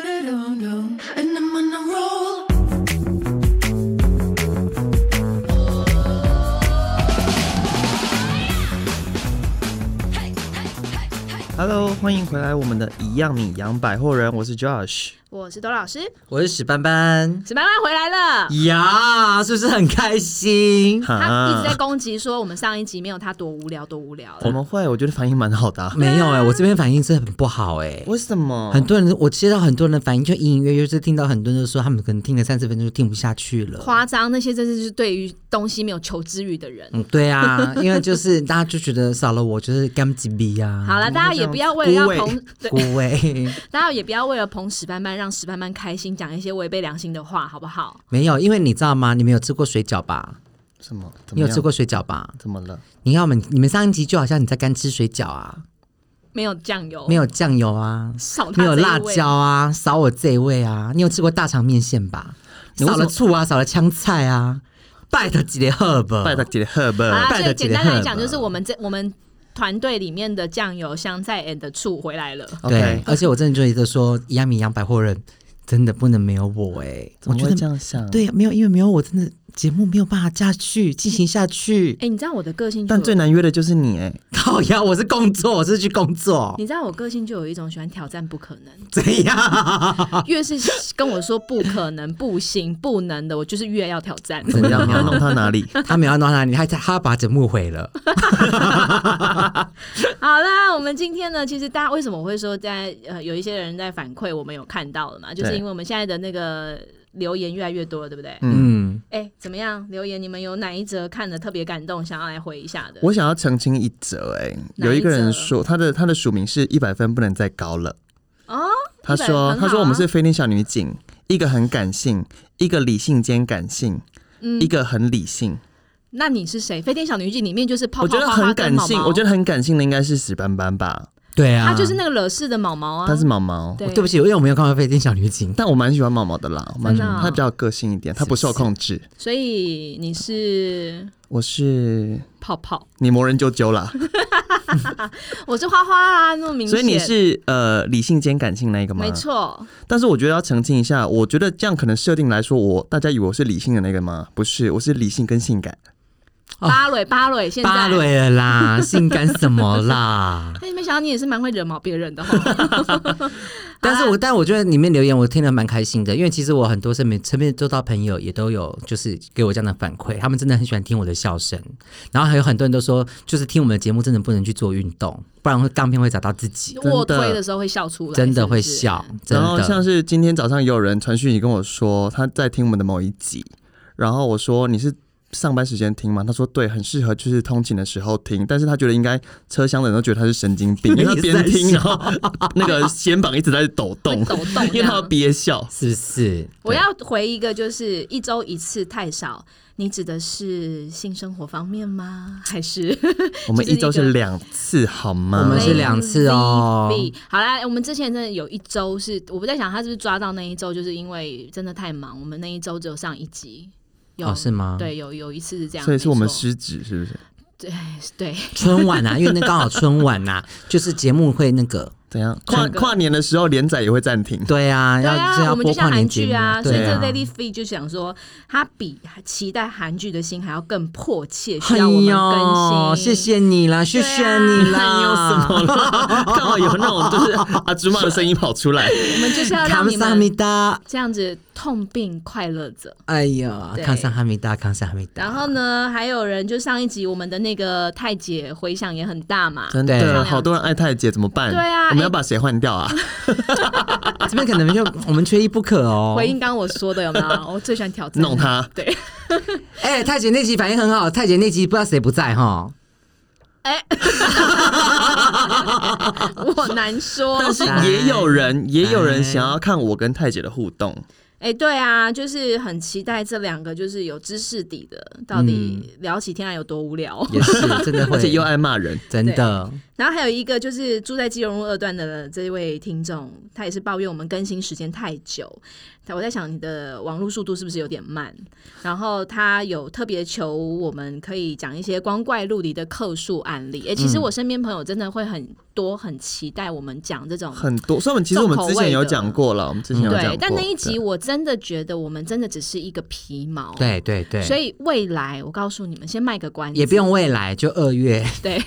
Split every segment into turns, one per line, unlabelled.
And I'm on a roll.
Hello，欢迎回来我们的一样米阳百货人，我是 Josh。
我是董老师，
我是史斑斑
史班班回来了，
呀，是不是很开心？
他一直在攻击说我们上一集没有他多无聊，多无聊
我
了。
们会，我觉得反应蛮好的啊、
没有哎、我这边反应是很不好哎、
为什么？
很多人，我接到很多人的反应，就隐隐约约就听到很多人就说，他们可能听了三十分钟就听不下去了。
夸张那些真的是对于东西没有求知欲的人。
嗯，对啊，因为就是大家就觉得少了我就是干几逼啊。
好了，大家也不要为了要捧，对，
顾位
大家也不要为了捧史班班让史班班开心，讲一些违背良心的话，好不好？
没有，因为你知道吗？你们有吃过水饺吧？
什么？怎么
你有
样
吃过？水饺吧？
怎么了？
你看我们，你们上一集就好像你在干吃水饺啊，
没有酱
哦
油，
没有酱油啊，
少他
没有
这一
辣
位
椒，啊，少我这一味啊！你有吃过大肠面线吧？
你为
少
什么
了醋啊，少了香菜啊，拜托几个 herb，
拜他姐的 herb，、
好啦，
拜
所以
得
简
起
单
来
来
喝
讲，
吧
就是我们这我们团队里面的酱油、香菜 and 醋回来了。
对
OK，
而且我真的觉得说，一样米养百货人真的不能没有我哎、
怎
我
么
觉
会这
得
样想？，
对，没有，因为没有我，真的节目没有办法下去进行下去
哎、。你知道我的个性就有，
但最难约的就是你哎、
好呀，我是工作，我是去工作，
你知道我个性就有一种喜欢挑战不可能。
怎样？
越是跟我说不可能、不行、不能的，我就是越要挑战。
怎 么样？你要弄他哪里？
他没有要弄他，你还他要把节目毁了。
好啦，我们今天呢，其实大家为什么我会说在呃有一些人在反馈，我们有看到了嘛，就是
对
因为我们现在的那个留言越来越多了，对不对？哎、
嗯，
嗯，
怎么样？留言你们有哪一则看的特别感动，想要来回一下的？
我想要澄清一则哎、
哪一则
有一个人说他的他的署名是一百分不能再高了。
哦，
他
100很好
说
啊
他说我们是飞天小女警，一个很感性，一个理性兼感性，
嗯
一个很理性。
那你是谁？飞天小女警里面就是泡
我
泡
觉得
花
很
花跟
感
毛
性，
毛，
我觉得很感性的应该是史斑斑吧，
对啊，
他就是那个惹事的毛毛啊。
他是毛毛。
对，
对不
起，
起，因为我没有看过《飞天小女警》。
但我蛮喜欢毛毛的啦，我蛮喜欢
真的哦
他比较有个性一点，他不受控制。
所以你是
我是
泡泡，
你魔人啾啾啦，
我是花花啊，那么 明显。
所以你是呃理性兼感性那一个吗？
没。错，
但是我觉得要澄清一下，我觉得这样可能设定来说，我大家以为我是理性的那个吗？不是，我是理性跟性感。
哦
芭蕾芭蕾，现在
芭蕾了 啦，性感什么啦？
哎，没想到你也是蛮会惹毛别人的哈。
但是我但我觉得里面留言我听了蛮开心的，因为其实我很多身边身边周到朋友也都有就是给我这样的反馈，他们真的很喜欢听我的笑声，然后还有很多人都说，就是听我们的节目真的不能去做运动，不然会钢片会找到自己，
卧推的时候会笑出来，
真的
是不
会
是。
笑，真
然后像
的。
是今天早上也有人传讯息跟我说，他在听我们的某一集，然后我说你是。上班时间听吗？他说对，很适合就是通勤的时候听，但是他觉得应该车厢的人都觉得他是神经 病，因为他边听然后那个肩膀一直在抖动
会，抖动
因为他要
这样
憋笑。
是不是？
我要回一个，就是一周一次太少。你指的是性生活方面吗？还是
我们
就是
一周
一
是
个
两次好吗？
我们是两次哦
Lazy bee 好啦，我们之前真的有一周是，我不在想他是不是抓到那一周，就是因为真的太忙，我们那一周只有上一集。有、
哦，是吗？，
对，有有一次是这样，
所以是我们
没错
失职，是不是？
对
春晚 啊，因为那刚好春晚呐、就是节目会那个，
怎样？跨
这个
跨年的时候连载也会暂停。
对啊，
对
要、
啊，
是要
我们就
播
像
跨
韩
年节
剧
目
啊，所以
对
这
啊
个 Lady Fee 就想说，他比期待韩剧的心还要更迫切，需
哎
要我们
呦，
更新。啊
谢。谢你啦，谢谢 你啦，
么 了？ 刚好有那种就是阿朱妈的声音跑出来。
我们就是要
卡
让
姆
你
萨米
们
达，
这样子痛并快乐着。
哎呀，
对
康萨哈米达，康萨哈米达，
然后呢，还有人就上一集我们的那个太姐回响也很大嘛。
真
对
的，好多人爱太姐怎么办？
对啊哎
我们要把谁换掉啊？
啊这边可能就 我们缺一不可哦。
回应刚刚我说的有 没有？我最喜欢挑战
弄。他。
对，
哎，太姐那集反应很好，太姐那集不知道谁不在哈，
哎，我难说。哎
但是也有人，也有人想要看我跟太姐的互动，
哎、对啊，就是很期待这两个就是有知识底的，到底
嗯
聊起天来有多无聊。
也是 真的会，
而且又爱骂人，
真的
然后还有一个就是住在基隆路二段的这位听众，他也是抱怨我们更新时间太久。他我在想你的网络速度是不是有点慢？然后他有特别求我们可以讲一些光怪陆离的客诉案
嗯
例。哎、其实我身边朋友真的会很多很期待我们讲这种。
很多。所以我们其实我们之前有讲过了，我们之
嗯
前有讲过
嗯对，，但那一集我真的觉得我们真的只是一个皮毛。，
对对对，
所以未来我告诉你们，先卖个关子，
也不用未来，就 二月
对，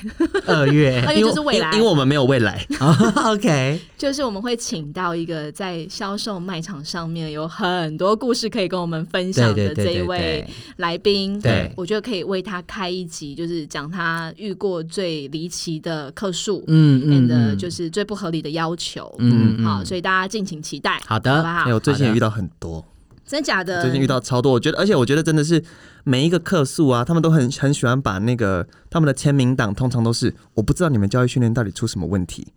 二月
二月就是未来
因，为我们没有未来，
哦 OK，
就是我们会请到一个在销售卖场上面有很多故事可以跟我们分
对
享
对
的
对
这一
对
位
对，
来宾，
对
我觉得可以为他开一集，就是讲他遇过最离奇的客数，
嗯嗯
and
嗯，
就是最不合理的要求，
嗯嗯
好，所以大家敬请期待，
好
好
的
不
哎、
好？
我最近也
好的
遇到很多，
真假的？
最近遇到超多，我觉得，而且我觉得真的是每一个客诉啊，他们都很很喜欢把那个他们的签名档，通常都是我不知道你们教育训练到底出什么问题。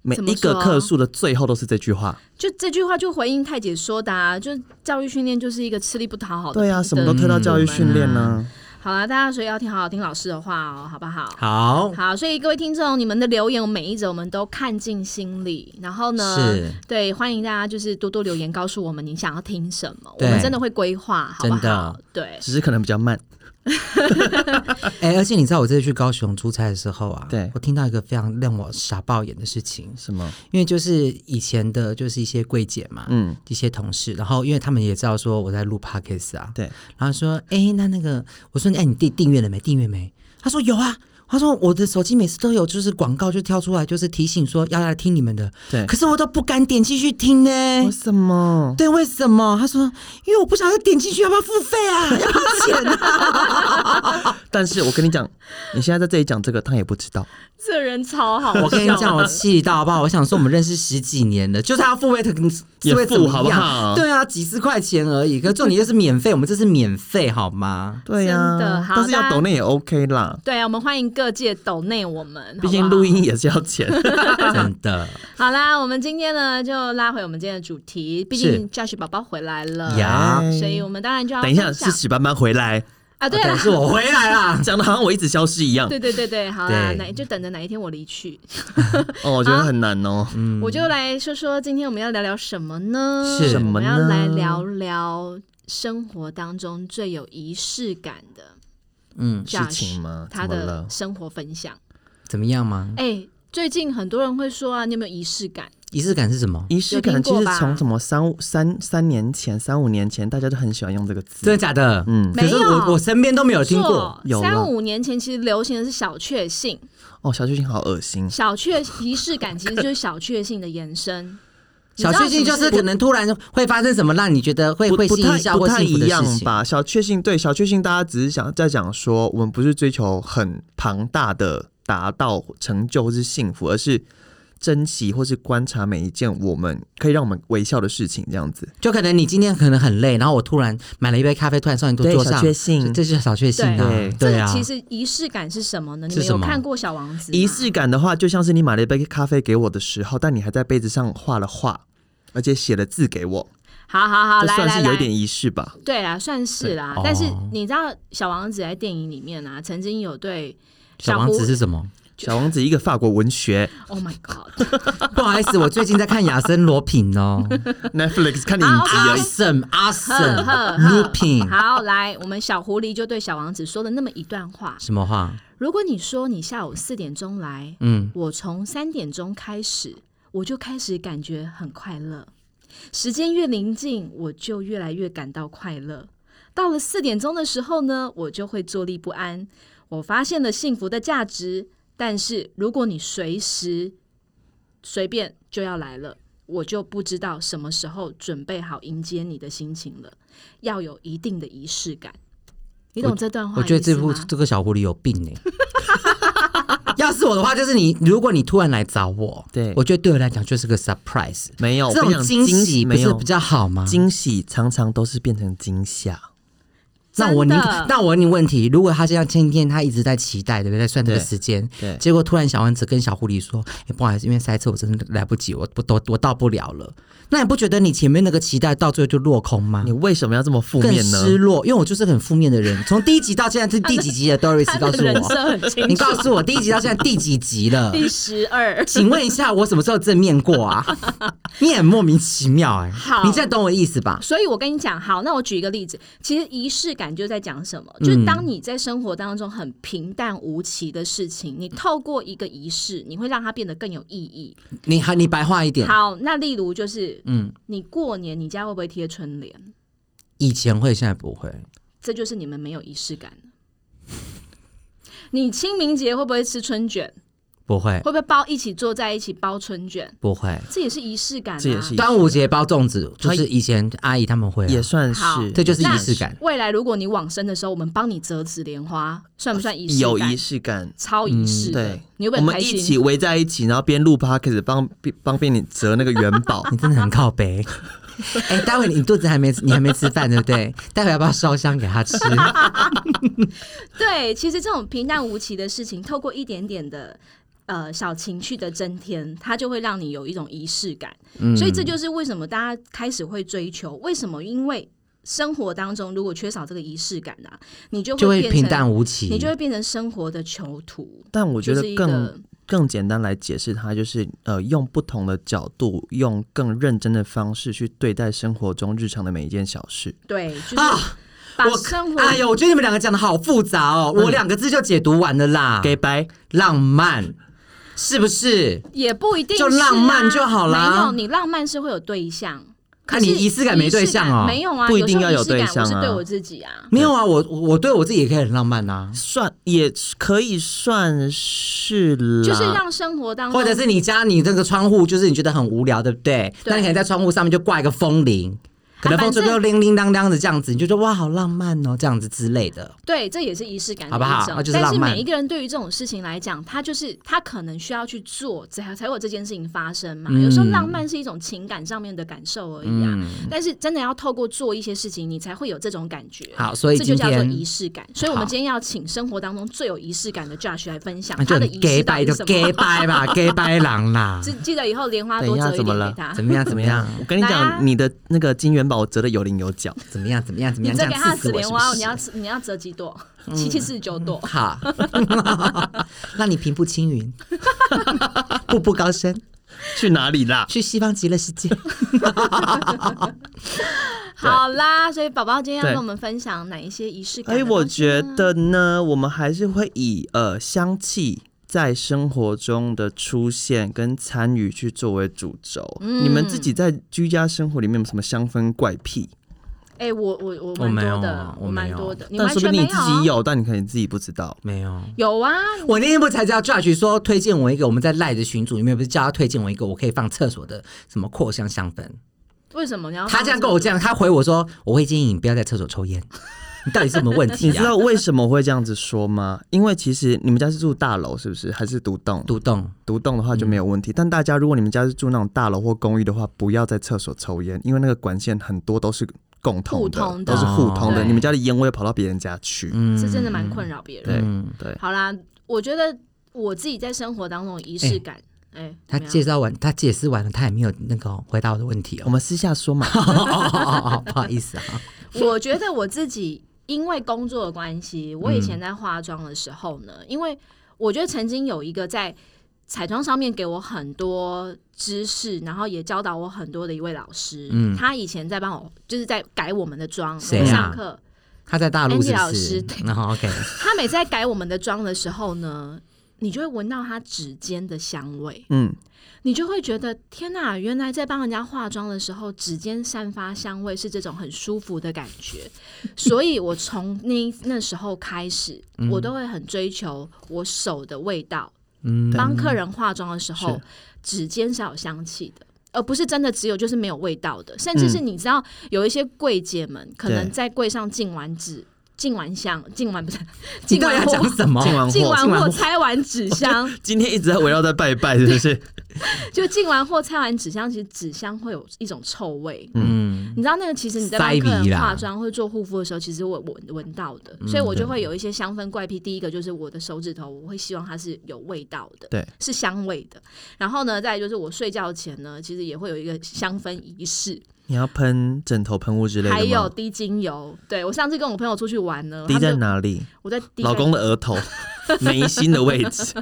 每
怎么
一个
说
客诉的最后都是这句话，
就这句话就回应太姐说的，啊，就教育训练就是一个吃力不讨好的，
对啊，什么都推到教育训练啊呢、
好了，大家所以要听好好听老师的话哦，好不好？
好
好，所以各位听众，你们的留言，我们每一则我们都看进心里。然后呢，
是
对，欢迎大家就是多多留言，告诉我们你想要听什么，我
对
们真的会规划，好不
真
好
的？
对，
只是可能比较慢。
哎、而且你知道我这次去高雄出差的时候啊，
对
我听到一个非常让我傻爆眼的事情，
什么？
因为就是以前的就是一些柜姐嘛，
嗯，
一些同事，然后因为他们也知道说我在录 podcast 啊，
对，
然后说，哎、那那个，我说，哎、你订订阅了没？订阅没？他说有啊。他说我的手机每次都有，就是广告就跳出来，就是提醒说要来听你们的，
对
可。是我都不敢点进去听呢、
哎
为什么？
对，为什么？他说，因为我不晓得点进去要不要付费啊， 要不要钱啊？
但是我跟你讲，你现在在这里讲这个，他也不知道。
这人超哦好笑，
我跟你讲，我气到好不好？我想说，我们认识十几年了，就是他要付费，
也
也
付好不好
对啊，几十块钱而已，可是重点就是免费，我们这是免费 好吗？
对呀、
真的好
但是
大
要
家
抖内也 OK 啦，
对啊，我们欢迎各界抖内我们，
毕竟
好不好
录音也是要 钱。
真的，
好啦，我们今天呢就拉回我们今天的主题，毕
是
竟 Josh 宝宝回来了，
呀
所以我们当然就要
哎等一下
分
是
享
史班班回来，
啊，对了。
是我回来啦。
讲的好像我一直消失一样。
对对对对，好啦，
对
哪就等着哪一天我离去，
哦，我觉
啊
得很难哦。
我就来说说今天我们要聊聊什么呢？
嗯是
我们要
什么呢
来聊聊生活当中最有仪式感的
嗯，
事
Josh,
情吗
他
怎么
的
了
生活分享。
怎么样吗？
哎、最近很多人会说啊，你有没有仪式感？
仪式感是什么？
仪式感
有
其
听过
实
吧
从什么三三三年前、三五年前，大家都很喜欢用这个
真
字
的。假的？
嗯，
可是
没
我
有
我身边都没有听过。
有啦
三五年前其实流行的是小确幸，
哦，小确幸好恶心。
小确仪式感其实就是小确幸的延伸。你知
小
道
确幸
什
就
么
是可能突然会发生什么让你觉得会
不
会
不
心
太
一笑
不
或
太
幸福
一
的事
样
情。
吧？小确幸对小确幸，大家只是想在讲说，我们不是追求很庞大的达到成就或是幸福，而是珍惜或是观察每一件我们可以让我们微笑的事情，这样子。
就可能你今天可能很累，然后我突然买了一杯咖啡，突然送你桌桌上，
幸
这就是小确幸啊
对，
这
对
个
啊。
其实仪式感是什么呢？你
是
们
什
有
么
看过《小王子》吗？
仪式感的话，就像是你买了一杯咖啡给我的时候，但你还在杯子上画了画，而且写了字给我，
好好好，
这
啊来
算
来
是有一
来，
点仪式吧？
对啦，算是啦。
对
但是
哦
你知道，《小王子》在电影里面啊，曾经有对
小王
胡
子是什么？
小王子一个法国文 学
Oh my God！
不好意思，我最近在看亚森罗品哦，
，Netflix 看你影集
阿
啊哦
而已。
森阿
呵
森
呵
罗
呵
品，
好，来，我们小狐狸就对小王子说了那么一段话：
什么话？
如果你说你下午四点钟来，
嗯，
我从三点钟开始，我就开始感觉很快乐。时间越临近，我就越来越感到快乐。到了四点钟的时候呢，我就会坐立不安。我发现了幸福的价值，但是如果你随时随便就要来了，我就不知道什么时候准备好迎接你的心情了。要有一定的仪式感，你懂这段话
我觉得
的意
这
思
部
吗
这个小狐狸有病呢、 要是我的话，就是你，如果你突然来找我，
对
我觉得对我来讲就是个 surprise，
没有，
这
我跟你
种
讲
惊喜不
没
是
有
比较好吗？
惊喜，常常都是变成惊吓。
那我宁可那我问你问题，如果他这样今天他一直在期待，对不对？在算这个
对
时间，
对
结果突然小丸子跟小狐狸说：“哎、不好意思，因为塞车，我真的来不及，我我都我到不了了。”那你不觉得你前面那个期待到最后就落空吗
嗯你？为什么要这么负
更
面
失
呢？
落，因为我就是很负面的人。从第一集到现在是第几集的 Doris
他
告
的
诉
人设
我，
很清楚。
你告诉我第一集到现在第几集 了？
第十二，
请问一下，我什么时候正面过 啊？你很莫名其妙哎、
好
你现在懂我意思吧？
所以我跟你讲，好，那我举一个例子，其实仪式感就在讲什么？
嗯
就是当你在生活当中很平淡无奇的事情，你透过一个仪式，你会让它变得更有意义。
你还你白话一点，
好，那例如就是，
嗯，
你过年你家会不会贴春联？
以前会，现在不会。
这就是你们没有仪式感。你清明节会不会吃春卷？
不会，
会不会包一起坐在一起包春卷？
不会。
这也是仪式感、啊，
这也是
端午节包粽子，就是以前阿姨他们会、啊，
也算
好
是，
这就是仪式感。。
未来如果你往生的时候，我们帮你折纸莲花，算不算仪式感？
有仪式感。
超仪式的，
对，
你有没
我
有很
们
开
一起
心？
围在一起，然后边录 p o d c a 帮帮帮你折那个元 宝
你真的很靠北。哎、待会你肚子还没你还没吃饭对不 对？待会要不要烧香给他吃？
对，其实这种平淡无奇的事情， 透过一点点的。呃，小情趣的增添，它就会让你有一种仪式感，所以这就是为什么大家开始会追求。为什么？因为生活当中如果缺少这个仪式感啊，你就
就
会
会
变成
平淡无奇。
你就会变成生活的囚徒。
但我觉得
就是一个
更更简单来解释它，就是呃，用不同的角度，用更认真的方式去对待生活中日常的每一件小事。
对，就是
啊，
把
我
生活、嗯
哎呦，我觉得你们两个讲的好复杂哦，我两个字就解读完了
啊
啦。
给白，
浪漫，是不是？
也不一定、啊
就浪漫就好
啦。
啦
没有，你浪漫是会有对象，可
那
是
你仪式感没对象
仪
哦
式感没有啊，
不一定要有
有时候仪式感
对象啊
我是对我自己啊。
没有啊，我我我对我自己也可以很浪漫啊呐、
算也可以算是啦，
就是让生活当中，
啊或者是你家你这个窗户，就是你觉得很无聊，对不对？
对
那你可能在窗户上面就挂一个风铃，可能
啊反
风吹
正
过铃铃当当的这样子，你就觉得哇，好浪漫哦，这样子之类的。
对，这也是仪式感的
好
一
不
种。
好那就是
但
浪
是
漫
每一个人对于这种事情来讲，他就是他可能需要去做，才才有这件事情发生嘛。有时
嗯
候浪漫是一种情感上面的感受而已啊。但是真的要透过做一些事情，你才会有这种感觉。
好所以
这就
今
叫做
天
仪式感。所以我们
好
今天要请生活当中最有仪式感的 Josh 来分享
那就
啊他的
很
仪
gay
式感
拜就是
什
gay
么。
拜吧，gay 拜郎啦，
记记得以后莲花
等
多
一下
折一
怎么
点给
了
他
怎。么样？怎么样？
我跟你
来啊
讲，你的那个金元宝折的有棱有角。
怎么样？怎么样？怎么
你
样？这
折给他
样
的
刺死
紫
我
莲
是不
花，
是嗯
你要吃你要折几朵？七七四十九 朵。
好， 让你平步 青云，步步高升，
去哪里啦？
去西方极乐世界。
好啦，所以宝宝今天要
对
跟我们分享哪一些仪式感
哎，
的东西呢？
我觉得呢，我们还是会以呃香气在生活中的出现跟参与去作为主轴。
嗯
你们自己在居家生活里面有什么香氛怪癖？
哎、我我我
我
蛮
没有
多的
啊，
我
我没
蛮
有
多的，你
但
完
说不
全没
定
有啊
你自己有，但你可能自己不知道。
没有，
有啊，
我那天不才知道 Judge 说推荐我一个，我们在赖的群组里面不是叫他推荐我一个我可以放厕所的什么扩香香氛？
为什么你要
他这样跟我这样，他回我说我会建议你不要在厕所抽烟。你到底是什么问题
你知
啊？
道为什么我会这样子说吗？因为其实你们家是住大楼，是不是？还是独栋？
独栋
独栋的话就没有问题，但大家如果你们家是住那种大楼或公寓的话，不要在厕所抽烟，因为那个管线很多都是共通的，
互通的
都是互通的，
对
你们家的烟味跑到别人家去。
这真的蛮困扰别人。
对
嗯
对，
好啦，我觉得我自己在生活当中的仪式感，哎、
他
怎么样
介绍完，他解释完了，他也没有那个回答我的问题
我
哦。
们私下说 嘛。
哦哦哦哦，不好意思啊，
我觉得我自己因为工作的关系，我以
嗯
前在化妆的时候呢，因为我觉得曾经有一个在彩妆上面给我很多知识，然后也教导我很多的一位老师，
嗯
他以前在帮我就是在改我们的妆，
谁
我们
啊
上课。
他在大陆是
Andy 老
不
师
是
对？
然后 OK，
他每次在改我们的妆的时候呢，你就会闻到他指尖的香味，
嗯，
你就会觉得天哪，原来在帮人家化妆的时候，指尖散发香味是这种很舒服的感 觉。所以我从那那时候开始，我都会很追求我手的味道。
嗯
帮客人化妆的时候
是，
指尖是有香气的。而不是真的只有就是没有味道的，甚
嗯
至是你知道有一些柜姐们可能
对
在柜上进完纸、进完香、进完不是
你
进
到底
完
要
货
讲什么？
进完
进
货，
完
进完
货
货，
拆 完纸箱，
今天一直在围绕在拜拜， 是不是？
就进完货拆完纸箱，其实纸箱会有一种臭味。
嗯，
你知道那个其实你在帮
塞
客人
鼻啦
化妆或者做护肤的时候，其实我闻闻到的，
嗯
所以我就会有一些香氛怪癖。第一个就是我的手指头，我会希望它是有味道的，
对，
是香味的。然后呢，再来就是我睡觉前呢，其实也会有一个香氛仪式，
你要喷枕头喷雾之类的吗？
还有滴精油。对我上次跟我朋友出去玩呢，
滴
他们
在
就
哪里？
我在滴
老
在
公的额 头，眉心的位置。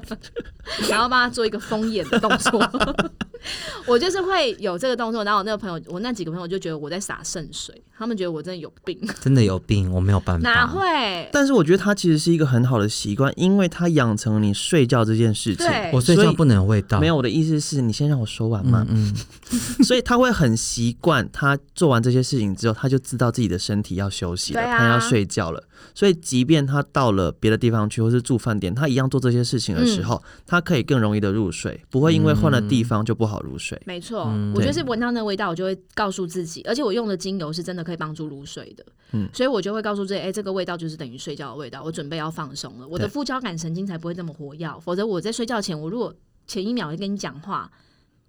然后帮他做一个封眼的动作。 我就是会有这个动作，然后我那个朋友，我那几个朋友就觉得我在洒圣水，他们觉得我真的有病，
真的有病，我没有办法。
哪会？
但是我觉得它其实是一个很好的习惯，因为它养成你睡觉这件事情。
对
我睡
所
觉
以
不能有味道。
没有，我的意思是你先让我说完嘛
嗯，，嗯
所以他会很习惯，他做完这些事情之后，他就知道自己的身体要休息了，
对啊
他要睡觉了。所以即便他到了别的地方去，或是住饭店，他一样做这些事情的时候，他可以更容易的入睡，不会因为换了地方就不好入睡。
没错，
嗯
我就是闻到那个味道，我就会告诉自己，而且我用的精油是真的可以帮助入睡的，
嗯
所以我就会告诉自己，哎、这个味道就是等于睡觉的味道，我准备要放松了，我的
对
副交感神经才不会这么活跃，否则我在睡觉前，我如果前一秒跟你讲话，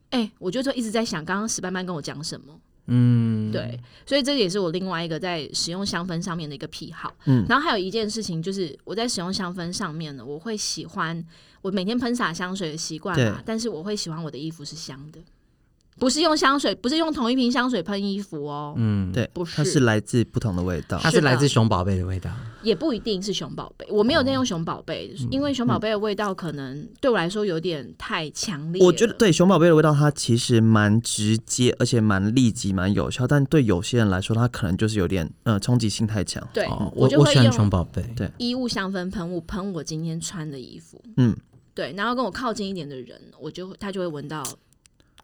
哎、我就就一直在想刚刚史班班跟我讲什么，
嗯，
对，所以这也是我另外一个在使用香氛上面的一个癖好。
嗯
然后还有一件事情就是我在使用香氛上面呢，我会喜欢我每天喷洒香水的习惯嘛
对，
但是我会喜欢我的衣服是香的，不是用香水，不是用同一瓶香水喷衣服哦，
嗯，
对
不，是
它是来自不同的味道。
它
是
是来
的
自熊宝贝的味道。
也不一定是熊宝贝，我没有在用熊宝贝，因为熊宝贝的味道可能对我来说有点太强烈了。
我觉得对熊宝贝的味道，它其实蛮直接，而且蛮立即、蛮有效。但对有些人来说，它可能就是有点呃冲击性太强。
对，
哦
我
我
就会
喜欢
用
熊宝贝。
对
衣物香氛喷雾喷我今天穿的衣服。
嗯，
对，然后跟我靠近一点的人，我就他就会闻到。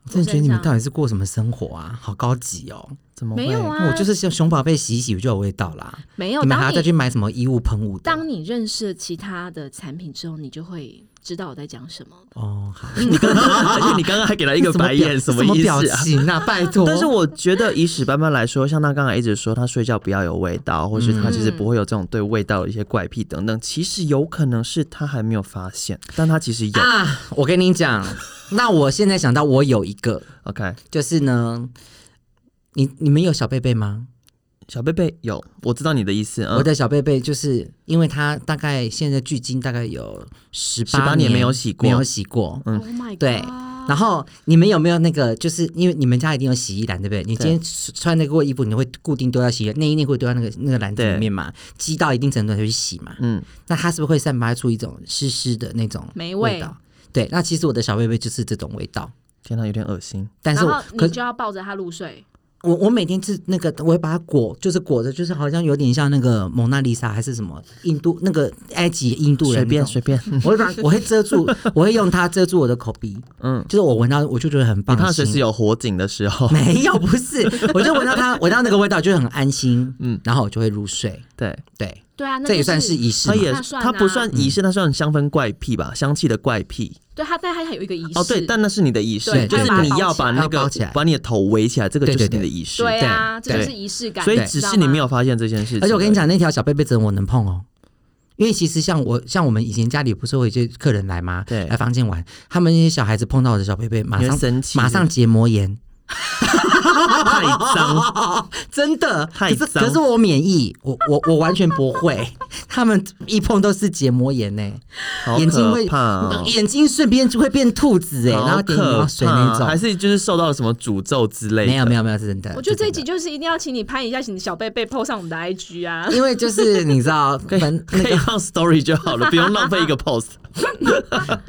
我真的觉得你
身
们
上
到底是过什么生活啊？好高级哦！
怎么会
没有啊？
我就是像熊宝贝洗一洗就有味道啦。
没有。
你们还
当
要再去
你
买什么衣物喷雾的？
当你认识其他的产品之后，你就会知道我在讲什么。
哦，好，
而 且你刚刚还给他一个
什么
白眼，
表
什
什
意
表
思啊？
情啊？拜托！
但是我觉得以史斑斑来说，像他刚才一直说他睡觉不要有味道，或是他其实不会有这种对味道的一些怪癖等等，其实有可能是他还没有发现，但他其实有。
啊，我跟你讲， 那我现在想到我有一个，
OK，
就是呢，你你们有小贝贝吗？
小贝贝有，我知道你的意思。嗯、
我的小贝贝就是因为他大概现在距今大概有十
18
年
年没有洗过
没有洗过。
嗯
oh my god！
对然后你们有没有那个，就是因为你们家一定有洗衣篮，对不对？你今天穿那过衣服，你会固定丢到洗衣内衣内裤丢到那个那个篮子里面嘛？积到一定程度才去洗嘛。
嗯，
那它是不是会散发出一种湿湿的那种
霉味
味道？对，那其实我的小贝贝就是这种味道，
天哪，有点恶心。
但是
然
我
后
可
你就要抱着它入睡。
我我每天是那个，我会把它裹，就是裹着，就是好像有点像那个蒙娜丽莎还是什么印度那个埃及印度人
随
那
便
种，
随便，
我会把我会遮住，我会用它遮住我的口鼻，
嗯，
就是我闻到我就觉得很
你
放
怕随时
心。。
有火警的时候
没有，不是，我就闻到它，闻到那个味道就很安心，嗯，然后我就会入睡。
对，
对，
对啊，那
这也
就
算是仪式
他
嘛。
也
那算啊
他不算仪式，他算香氛怪癖吧，香气的怪癖。
对它，但它还有一个仪式。
哦，对，但那是你的仪式，
对
就是
他把它
你
包
要
起来
把那
他
个
包起来
把你的头围起来，这个就
对
是
对
你的
对
仪式。
对啊，
对
这就是仪式感。
所以
对
只是你没有
知道吗。
发现这件事情。
而且我跟你，讲，那条小贝贝只有我能碰哦。因为其实像我，像我们以前家里不是会有一些客人来吗？
对
来房间玩，他们那些小孩子碰到我的小贝贝，马
你会
上
生气
马上结膜炎，
太脏，
真的。
太
可是
脏
可是我免疫，我我我完全不会。 他们一碰都是结膜炎呢、
好
眼睛
可
会、
怕哦。
眼睛瞬间就会变兔子哎、
好
然后点眼药水那
可怕还
种。
是就是受到了什么诅咒之类的？
没有没有没有，是真的。
我觉得这一
是
集
真的。
就是一定要请你拍一下你的小贝贝 PO 上我们的 IG 啊。
因为就是你 知道，
可以
反
可以放 story 就好了，不用浪费一个 post。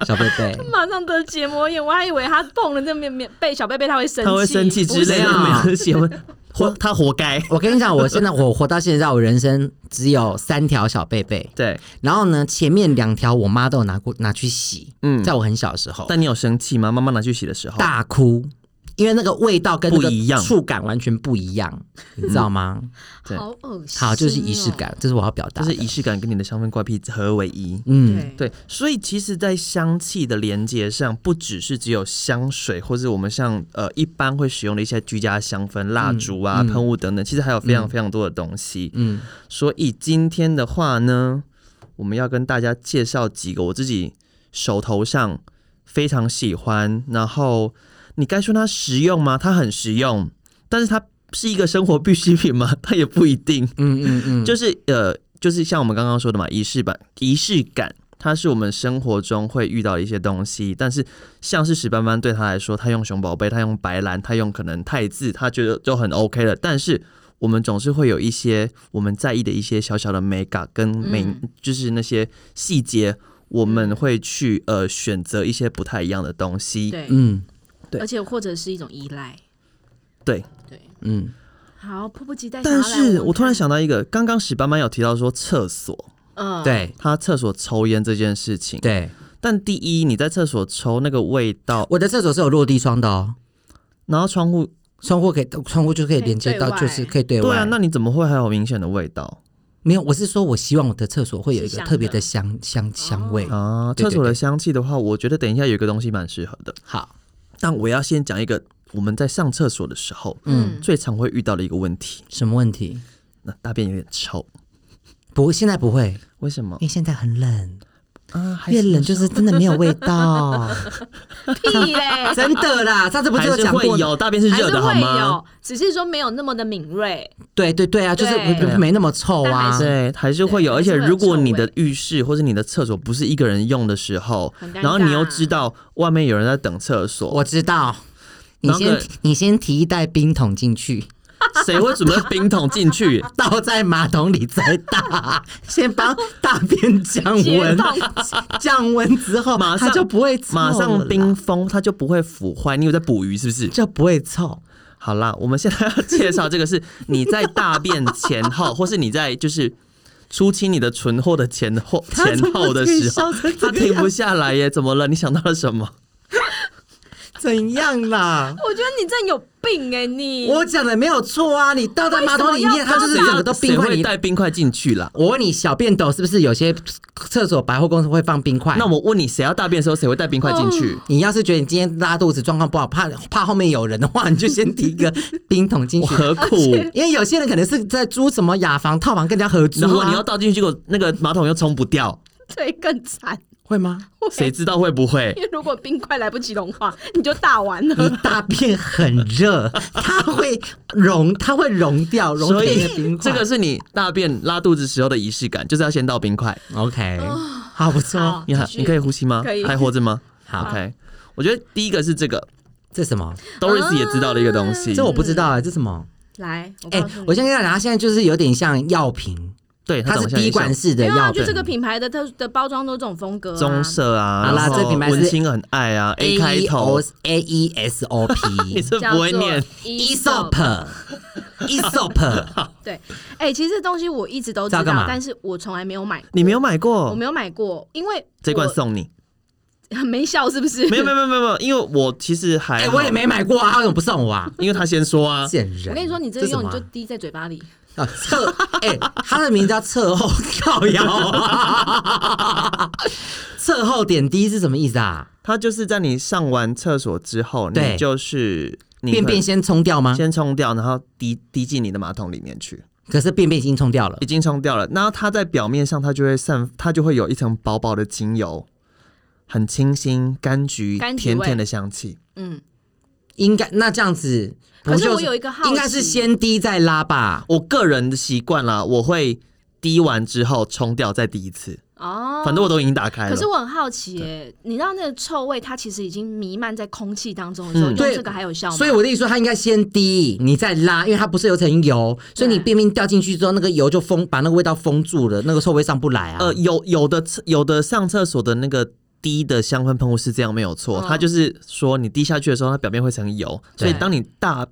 小贝贝，
马上得结膜炎，我还以为他碰了那面面被小贝贝，他会生气，
他会生气之类
不
的，
是啊
每次写文活他活该。
我跟你讲，我现在我活到现在，我人生只有三条小贝贝。
对，
然后呢，前面两条我妈都有拿过拿去洗，
嗯
在我很小的时候，
但你有生气吗？妈妈拿去洗的时候，
大哭，因为那个味道跟那
不
个
一样
触感完全不一样，你知道吗？
对
好恶心、哦
好，就是仪式。感，这是我要表达
就
的。
是仪式感跟你的香氛怪癖合为一。
嗯，
对，
对，所以其实，在香气的连接上，不只是只有香水，或是我们像呃一般会使用的一些居家香氛、蜡烛啊、
嗯
喷雾等等，其实还有非常非常多的东西。
嗯，
所以今天的话呢，我们要跟大家介绍几个我自己手头上非常喜欢，然后你该说它实用吗？它很实用，但是它是一个生活必需品吗？它也不一定。
嗯嗯嗯，
就是呃，就是像我们刚刚说的嘛，仪式感，仪式感，它是我们生活中会遇到的一些东西。但是像是史斑斑对他来说，他用熊宝贝，他用白兰，他用可能太字，他觉得就很 OK 了。但是我们总是会有一些我们在意的一些小小的美感跟美，
嗯
就是那些细节，我们会去呃选择一些不太一样的东西。
对，
嗯
对
而且或者是一种依赖。
对
对，
嗯，
好，迫不及待想
但
要来玩玩看。
是我突然想到一个，刚刚史斑斑有提到说厕所，
嗯，
对
他厕所抽烟这件事情。
对，
但第一，你在厕所抽那个味道，
我的厕所是有落地窗的哦，
然后窗户，
窗户可以窗户就可以
可以
连接
对
到，
外
就是可以对外。
对啊，那你怎么会还有明显的味道
没有，我是说我希望我的厕所会有一
是
个
香
特别
的
的香香香味。
啊？
对对
厕
对
所的香气的话，我觉得等一下有一个东西蛮适合的，
好，
但我要先讲一个我们在上厕所的时候，
嗯
嗯，最常会遇到的一个问题，
什么问题？
那大便有点臭，
不，现在不会，
为什么
因为现在很冷，
啊？还
哎越
是
冷就是真的没有味道，
屁嘞，
真的啦。上次不
还
是有
是
讲
会
过？
有，大便是
还
热
是
的好
会
吗？
有，只是说没有那么的敏锐。
对对对啊，就是
对
不不没那么臭
但还
啊
是。
对，还是会有，
对
而且
还是会有
如果你
臭味
的浴室或者你的厕所不是一个人用的时候
很尴，尬
然后你又知道外面有人在等厕所，
我知道，你
然后
先
可
你先提一袋冰桶进去，
谁会准备冰桶进 去？
倒在马桶里再 打，先帮大便降
解
温
冻，
降温之后
马上
它就不会臭
马
了啦
上冰封，它就不会腐坏。你有在捕鱼是不是？
就不会臭。
好啦，我们现在要介绍这个是你在大便前 后，或是你在就是出清你的存货的前 后前后的时候，
它怎么可以笑成这
它
个
停不
样
下来耶。怎么了？你想到了什 么？
怎样啦？
我觉得你真的有病哎、你
我讲的没有错啊，你倒在马桶里
为什么要
面，它就是
谁
整个都冰块。
谁会
你
带冰块进去啦？
我问你，小便斗是不是有些厕所百货公司会放冰块？
那我问你，谁要大便的时候谁会带冰块进去？
你要是觉得你今天拉肚子状况不好，怕怕后面有人的话，你就先提 一个冰桶进
我
去。
何苦？
因为有些人可能是在租什么雅房、套房跟人家合租
然后
啊，
你要倒进去，结果那个马桶又冲不掉，
对更惨，
会吗？
谁知道会不 会
因？为如果冰块来不及融化，你就大完
嗯
你
了。
大便很 热，它会融，它会融掉，融
所
掉你的
以
冰
这
块。
个是你大便拉肚子时候的仪式感，就是要先倒冰块。
OK，好不错
好，
哦你好，
继续
你可以呼吸吗？
可以
还活着吗
好
？OK，我觉得第一个是这个
这什么？
，Doris 也知道的一个东西。
这我不知道啊，这什么？
来，我
哎、
告诉你，
我先跟大家，它现在就是有点像药瓶，
对，
它
长
是
得像一
滴管式的
因为
药
啊，
瓶
就这。个品牌的特的包装都这种风格、啊，
棕色啊，
好啦
然后
这品牌是
文青很爱啊，A 开头，
A E S E O
你
P
是不会念。
Esop。
Esop Esop，
对，哎、其实这东西我一直都知
这要干
道
嘛，
但是我从来没有买过。
你没有买
我
过
没有买过，因为
哦这罐
我
送你，
没笑是不是？
没有没有没有没有没有，因为我其实还
哎，
好
我也，没买过啊，他怎么不送我啊？
因为他先说啊，
贱人！
我跟你说，你这个
什
用
么
你
啊
就滴在嘴巴里，
啊，侧哎，它的名字叫侧后靠腰啊， 侧后点滴是什么意思啊？
他就是在你上完厕所之后，
对
你就是你
便便
会
先冲掉吗？
先冲掉，然后滴滴进你的马桶里面去。
可是便便已经冲掉了
已，经冲掉了。那它在表面上，它就会散，它就会有一层薄薄的精油，很清新，柑橘
柑橘
甜
味
甜的香气。
嗯，
应该那这样子不
可
就是是。
我有一个好奇
应该是先滴再拉吧。
我个人的习惯啦，我会滴完之后冲掉，再滴一次。
哦，
反正我都已经打开了。
可是我很好奇耶，你知道那个臭味它其实已经弥漫在空气当中的时候，
嗯
用这个还有效吗？
所以我的意思说，它应该先滴，你再拉，因为它不是有层油，所以你
对
便便掉进去之后，那个油就封把那个味道封住了，那个臭味上不来啊。
哦
呃，有有的厕有的上厕所的那个。滴的香氛喷雾是这样没有错，
嗯
它就是说你滴下去的时候，它表面会成油，所
对
以当你大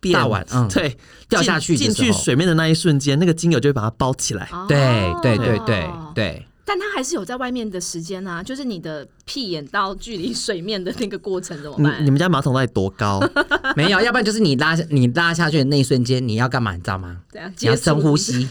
便
大碗嗯
对
掉下去的
进进
时
去
候
水面的那一瞬间，那个精油就会把它包起来。
哦
对对对对。对，
但它还是有在外面的时间啊，就是你的屁眼到距离水面的那个过程怎么
你
办
你？们家马桶到底多 高？
没有，要不然就是你拉下 你拉下去的那一瞬间，你要干嘛？你知道吗？
怎样？
你要
啊接
深
触
呼，吸，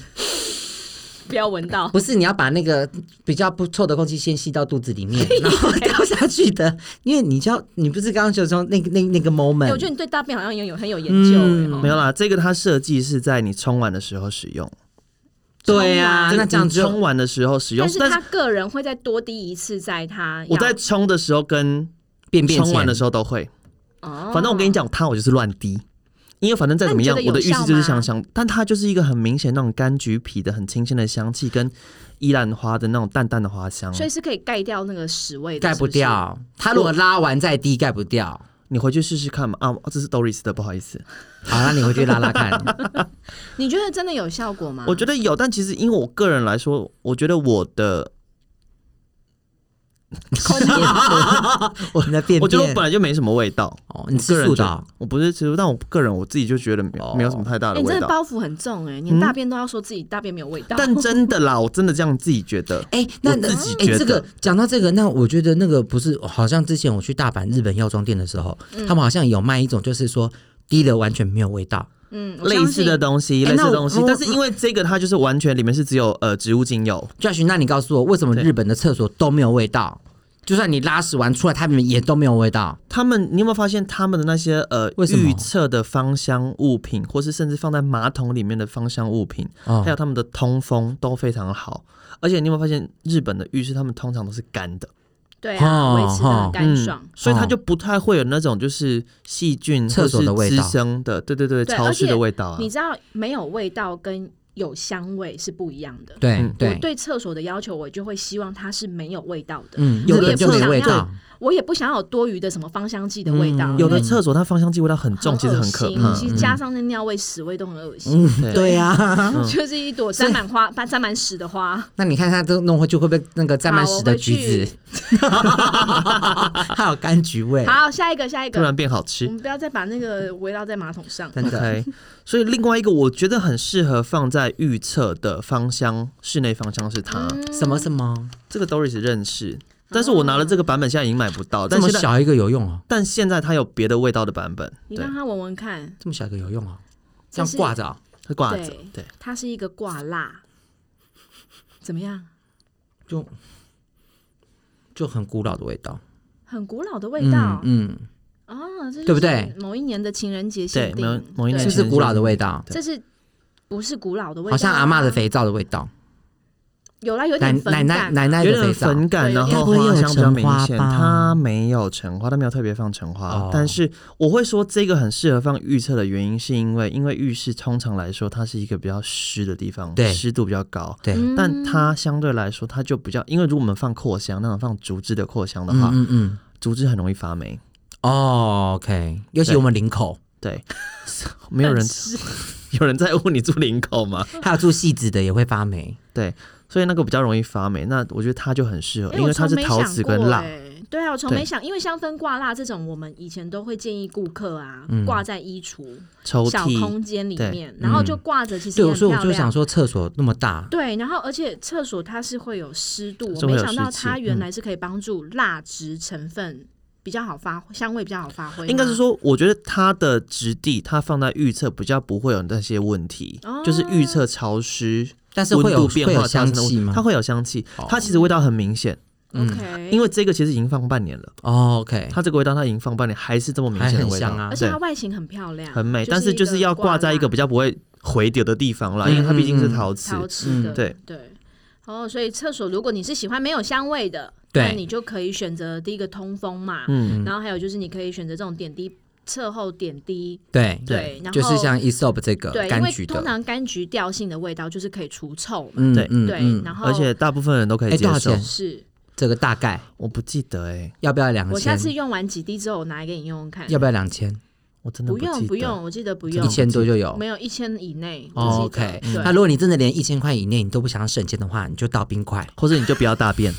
不要闻到。
不是你要把那个比较不臭的空气先吸到肚子 里面，然后掉下去的，因为你就要你不是刚刚就说那个那那个
哎我觉得
moment，
你对大便好像也有很有研究耶
嗯
哦
没有啦，这个它设计是在你冲完的时候使用，
对啊，
这个
那这样
你
就
冲完的时候使用
但，是
但
他
是
个人会再多滴一次，在他
我在
要
冲的时候跟
便便
冲完的
前
时候都会，
哦
反正我跟你讲，它我就是乱滴，因为反正再怎么样
那，你觉
我
得
的
有
预
效
示就是香
吗
香，但它就是一个很明显那种柑橘皮的很清新的香气，跟依兰花的那种淡淡的花香。
所以是可以盖掉那个屎味的，
盖不
是是。
掉。它如果拉完再滴，盖不掉。
你回去试试看嘛啊，这是 Doris 的，不好意思，
嗯
好，那你回去拉拉看。
你觉得真的有效果吗？
我觉得有，但其实因为我个人来说，我觉得我的，
空间
你的便
我觉得我
便
本来就没什么味道。
哦，你
个
吃
人
素
觉
的
得
哦，
我不是吃素，但我个人我自己就觉得没有没有什么太大
哎
的
你
味
真
道。
的
嗯
包袱很重哎，连大便都要说自己大便没有味道。
但真的啦，我真的这样自己觉得。
哎、那那
我自己
哎、
觉
这个
得
讲到这个，那我觉得那个不是，好像之前我去大阪日本药妆店的时候，
嗯
他们好像有卖一种，就是说滴了完全没有味道。
嗯，我
类
相
似
信
的东西，
哎
类似的
那我
东西
我，
但是因为这个它就是完全里面是只有呃植物精油，
Josh，那你告诉我，为什么
对
日本的厕所都没有味道？就算你拉屎完出来，他们也都没有味道。
他们，你有没有发现他们的那些呃
为什么
预测的芳香物品，或是甚至放在马桶里面的芳香物品，
哦
还有他们的通风都非常好。而且你有没有发现日本的浴室他们通常都是干的，
对啊，
哦
维持的
嗯
很干爽。
所以它就不太会有那种就是细菌
嗯厕所的
或是
味道
滋生的，对对对，
对
潮湿
而
的
且
味道啊
你。知道没有味道跟有香味是不一样的。
对、
嗯
对
我对厕所的要求，我就会希望它是没有味道的。
嗯，
我
有
也
的就
不
没
想
味
要
道。
我也不想要有多余的什么芳香剂的味道，
嗯
有
因
的
为
厕所它芳香剂味道很重，
很
其实
恶
很可嗯
心
怕。
其实加上那尿味、屎味都很恶心。
嗯，
对
对呀、
就是一朵沾满花、沾满屎的花，
那你看他都弄回去会不会那个 沾满
好
屎
我
的
会
橘子
去，
还有柑橘味？
好，下一个，下一
突然
个，
变好
我
吃。
们不要再把那个围绕在马桶上。
真的
OK，所以另外一个我觉得很适合放在预测的芳香室内芳香是它。
什么什么
这个 Doris 认识，但是我拿了这个版本，现在已经买不到。
这
但
么
现在，
小一个有用哦，
但现在它有别的味道的版本，
你
对
让，它闻闻看，
这么小一个有用哦，这
这
样
是
挂着哦。
它挂着
对，
对，
它是一个挂蜡，怎么样？
就就很古老的味道，
很古老的味道
嗯，
啊，这就是
对不对？
某一年的情人节限
对，
定
某，某一
嗯
年
是不是古老的味道？
对
这是不是古老的味道啊？
好像阿嬷的肥皂的味道，
有啦，有
奶
点粉
奶奶
感。啊
奶奶
有
的肥
点
皂，
粉感，
对
然后
该不会
花
有
香比较
橙
明
花
显。
吧
它没有橙花，它没有特别放橙花，
哦
但是我会说这个很适合放预测的原因，是因为因为浴室通常来说它是一个比较湿的地方，
对
湿度比较高。
对，嗯
嗯
但它相对来说，它就比较，因为如果我们放扩香，那种放竹枝的扩香的话，
嗯嗯，
竹枝很容易发霉。
哦，OK，尤其
对
我们林口
对， 没有人 有人在乎你住领口吗？
还有住戏子的也会发霉，
对， 所以那个比较容易发霉。那我觉得它就很适合，
哎
因
我
为它
从
是
没
陶
想
瓷
过
跟蜡。
哎对啊，我从
对
没想，因为香氛挂蜡这种，我们以前都会建议顾客啊
嗯
挂在衣橱
抽
小
屉。
空间里
对嗯
面，然后就挂着，其实
对，
也
我
很
所以我
漂
就想
亮。
说厕所那么大，
对，然后而且厕所它是会有湿度，
是
我
会
没
有
想到
湿气
它原
嗯
来是可以帮助蜡质成分比较好发，香味比较好发挥吗。
应该是说，我觉得它的质地，它放在预测比较不会有那些问题，
哦
就是预测潮湿、
但是
温
会有
度变
会有
化造
香
成的问
气吗？哦
它会有香气，它其实味道很明显，
，OK，
嗯因为这个其实已经放半年了，
哦，OK，
它这个味道它已经放半年，还是这么明
还
显的
很
味道
香啊
而且它外形很漂亮，
很美。但是
是
就是要挂在一个
蜡
比较不会回流的地方啦，因为它毕竟是
嗯嗯嗯
陶瓷，
陶瓷的，
嗯对
对。哦，所以厕所如果你是喜欢没有香味的，
对
那你就可以选择第一个通风嘛，
嗯，
然后还有就是你可以选择这种点滴侧后点滴，
对，
对，然后
就是像 e s o p 这个
对，因
柑
为
橘
通
的，
常柑橘调性的味道就是可以除臭嘛，
嗯
对
嗯
对，
嗯，
然后
而且大部分人都可以
哎
接
多少
受
钱。
是
这个大概
我不记得哎、
要不要两千？
我下次用完几滴之后，我拿来给你用用看，
要不要两千？
我真的
不
记得
用不用，我记得不用
一千多就有
没。有一千以内我
哦
记得
嗯
OK，
对
那如果你真的连一千块以内你都不想要省钱的话，你就倒冰块。
或者你就不要大 便。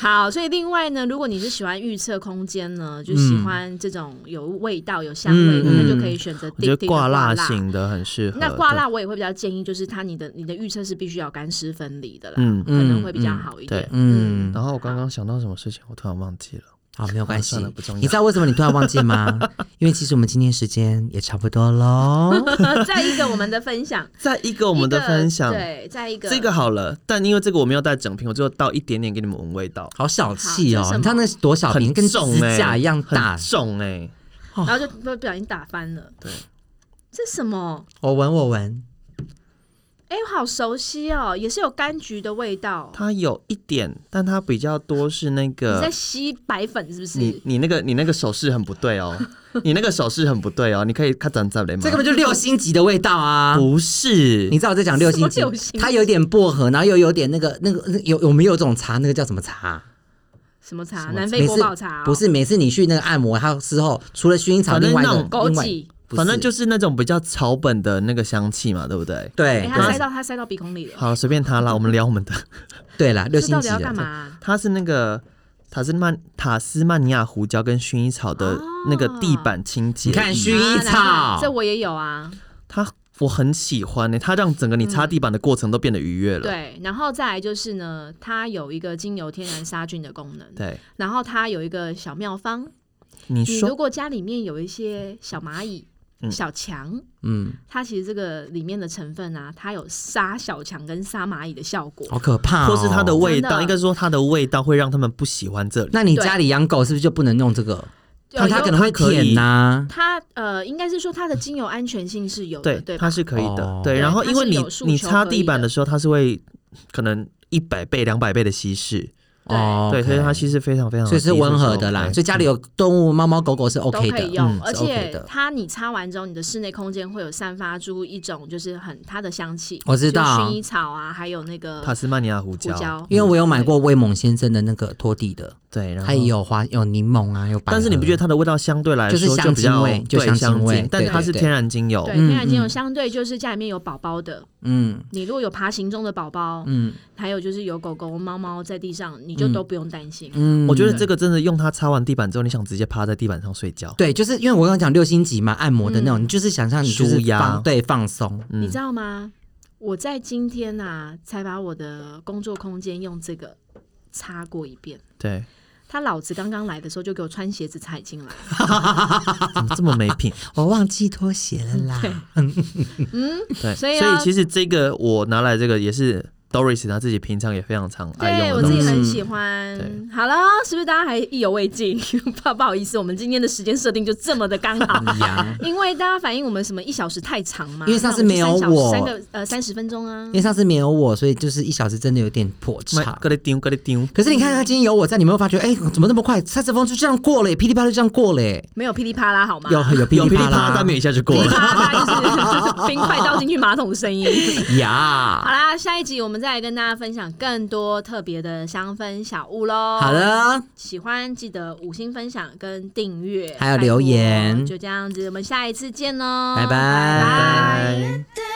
好，所以另外呢，如果你是喜欢预测空间呢，就
嗯
喜欢这种有味道、有香味的，
嗯
那
嗯
就可以选择
我觉
定
得
定
挂
的
蜡
蜡。
型的很适合。
那挂蜡我也会比较建议，就是它你的你的预测是必须要干湿分离的啦，
对，嗯。
可能会比较
嗯嗯
好一
对
点。
嗯，
然后我刚刚想到什么事情，我突然忘记了。
好， 没有关系
算了不重要。
你知道为什么你突然忘记吗？因为其实我们今天时间也差不多喽。
再一个，我们的分享，
再一个我们的
一个
分享，
对，再一个
这个好了，但因为这个我没有带整瓶，我只有倒一点点给你们闻味道，
好小气
好这是
哦！
什么
你看那多小瓶，
很
跟指
重哎、
甲一样大
很。重哎、
然后就不不小心打翻了。
对，
这什么？
嗯我闻，我闻，
哎、好熟悉哦，也是有柑橘的味道。
它有一点，但它比较多是那
你在
个
吸白粉是不
你
是？
你那个你那个手势很不对 哦，你那个手势很不对哦，你可以看长在雷吗？
这根本就六星级的味道啊！
不是
你知道我在讲六星级
什么六星级，
它有点薄荷，然后又有点那个那个那有我们有一种茶，那个叫什么茶？
什么
什
茶？
么
南非
每
国
次
宝茶哦、
不是每次你去那个按摩，它之后除了薰衣草，
反正
另外一
那
个
种
枸
另外
杞
不
反正就是那种比较草本的那个香气嘛，对不对？
哎、
对
他塞
对
到他塞到鼻孔里了。
好，随便他啦，我们聊我们 的。
对啦，六
这
星
到
级
底要干嘛
的。
啊、
它是那个塔斯曼塔斯曼尼亚胡椒跟薰衣草
啊
的那个地板清洁
你
液。
看薰衣
啊难怪
草
这我也有啊。
它我很喜欢呢、它让整个
嗯
你擦地板的过程都变得愉悦了。
对，然后再来就是呢，它有一个精油天然杀菌的功能，
对，
然后它有一个小妙方，
你
你如
说
果家里面有一些小蚂蚁、小强，
嗯，
它其实这个里面的成分啊，它有杀小强跟杀蚂蚁的效果。
好可怕、
或
哦，
是它的味
真
道，
的
应该说它的味道会让他们不喜欢这里。
那你家里养狗是不是就不能用这个？它
有
它
有
可能会
可以
舔呐、
它呃，应该是说它的精油安全性是有的，
对，
对吧
它？是可以的。
哦
对，
对
然后
它
因为
是
你
有诉
你
求
擦
可
地
以
板
的
的时候，它是会可能一百倍、两百倍的稀释。
对
哦，
对，所以它
OK
稀释非常非常，
所以是温和的啦，所以家里有动物，猫猫狗狗是
都
OK
可以
的。
用，
嗯
而
是 OK
且
的
它你擦完之后，你的室内空间会有散发出一种就是很它的香气，
我
就
知道
薰衣草啊，还有那个
塔斯曼尼亚胡
胡
椒，
椒，
因为我有买过威猛先生的那个拖地的，
对，然后
它也有花，有柠檬啊，有百合。
但是你不觉得它的味道相对来
就是
说
香
比
精
较
味就
对
香精
精
味
但
对
它
对
是
对
天然精油，
对，
嗯
天然精油
嗯
相对就是家里面有宝宝的，
嗯
你如果有爬行中的宝宝，
嗯
还有就是有狗狗、猫猫在地上，你就都不用担心。
嗯，
我觉得这个真的用它擦完地板之后，你想直接趴在地板上睡觉，
对，就是因为我刚刚讲六星级嘛，按摩的
嗯
那种，你就是想象你就是
舒压
放对放松，
嗯
你知道吗？我在今天呐、才把我的工作空间用这个擦过一遍。
对，
他老子刚刚来的时候就给我穿鞋子踩进来，啊
怎么这么没品？
我忘记拖鞋了 啦。
对，
所
所
以啊
其实这个我拿来这个也是 Doris 她自己平常也非常常
哎
爱
对
用
我
的
自
东
己
西。
嗯
很喜欢。好了，是不是大家还意犹未尽？ 不不好意思，我们今天的时间设定就这么的刚好。因为大家反映我们什么一小时太长嘛，
因为上次
那
没有
们就三小时
我
三个呃三十分钟啊
因，为上次没有我，所以就是一小时真的有点破
妈
差。
搁里丢，搁里丢，
可是你看他今天有我在，你们会发觉，哎、怎么那么快？蔡子峰就这样过了耶，噼里啪啦就这样过了耶，
没有噼里啪啦好吗？
有有噼
有噼里
里啪
啪啦，
啦
但没有一下就
噼
过
里
了。
啪啦就是 冰块倒进去马桶声音。
呀
好啦，下一集我们再来跟大家分享更多特别的香氛小物喽。
好，的，
喜欢记得五星分享跟订阅，
还有
拜托
留言
就这样子，我们下一次见喽，
拜
哦
拜
拜拜。
拜
Day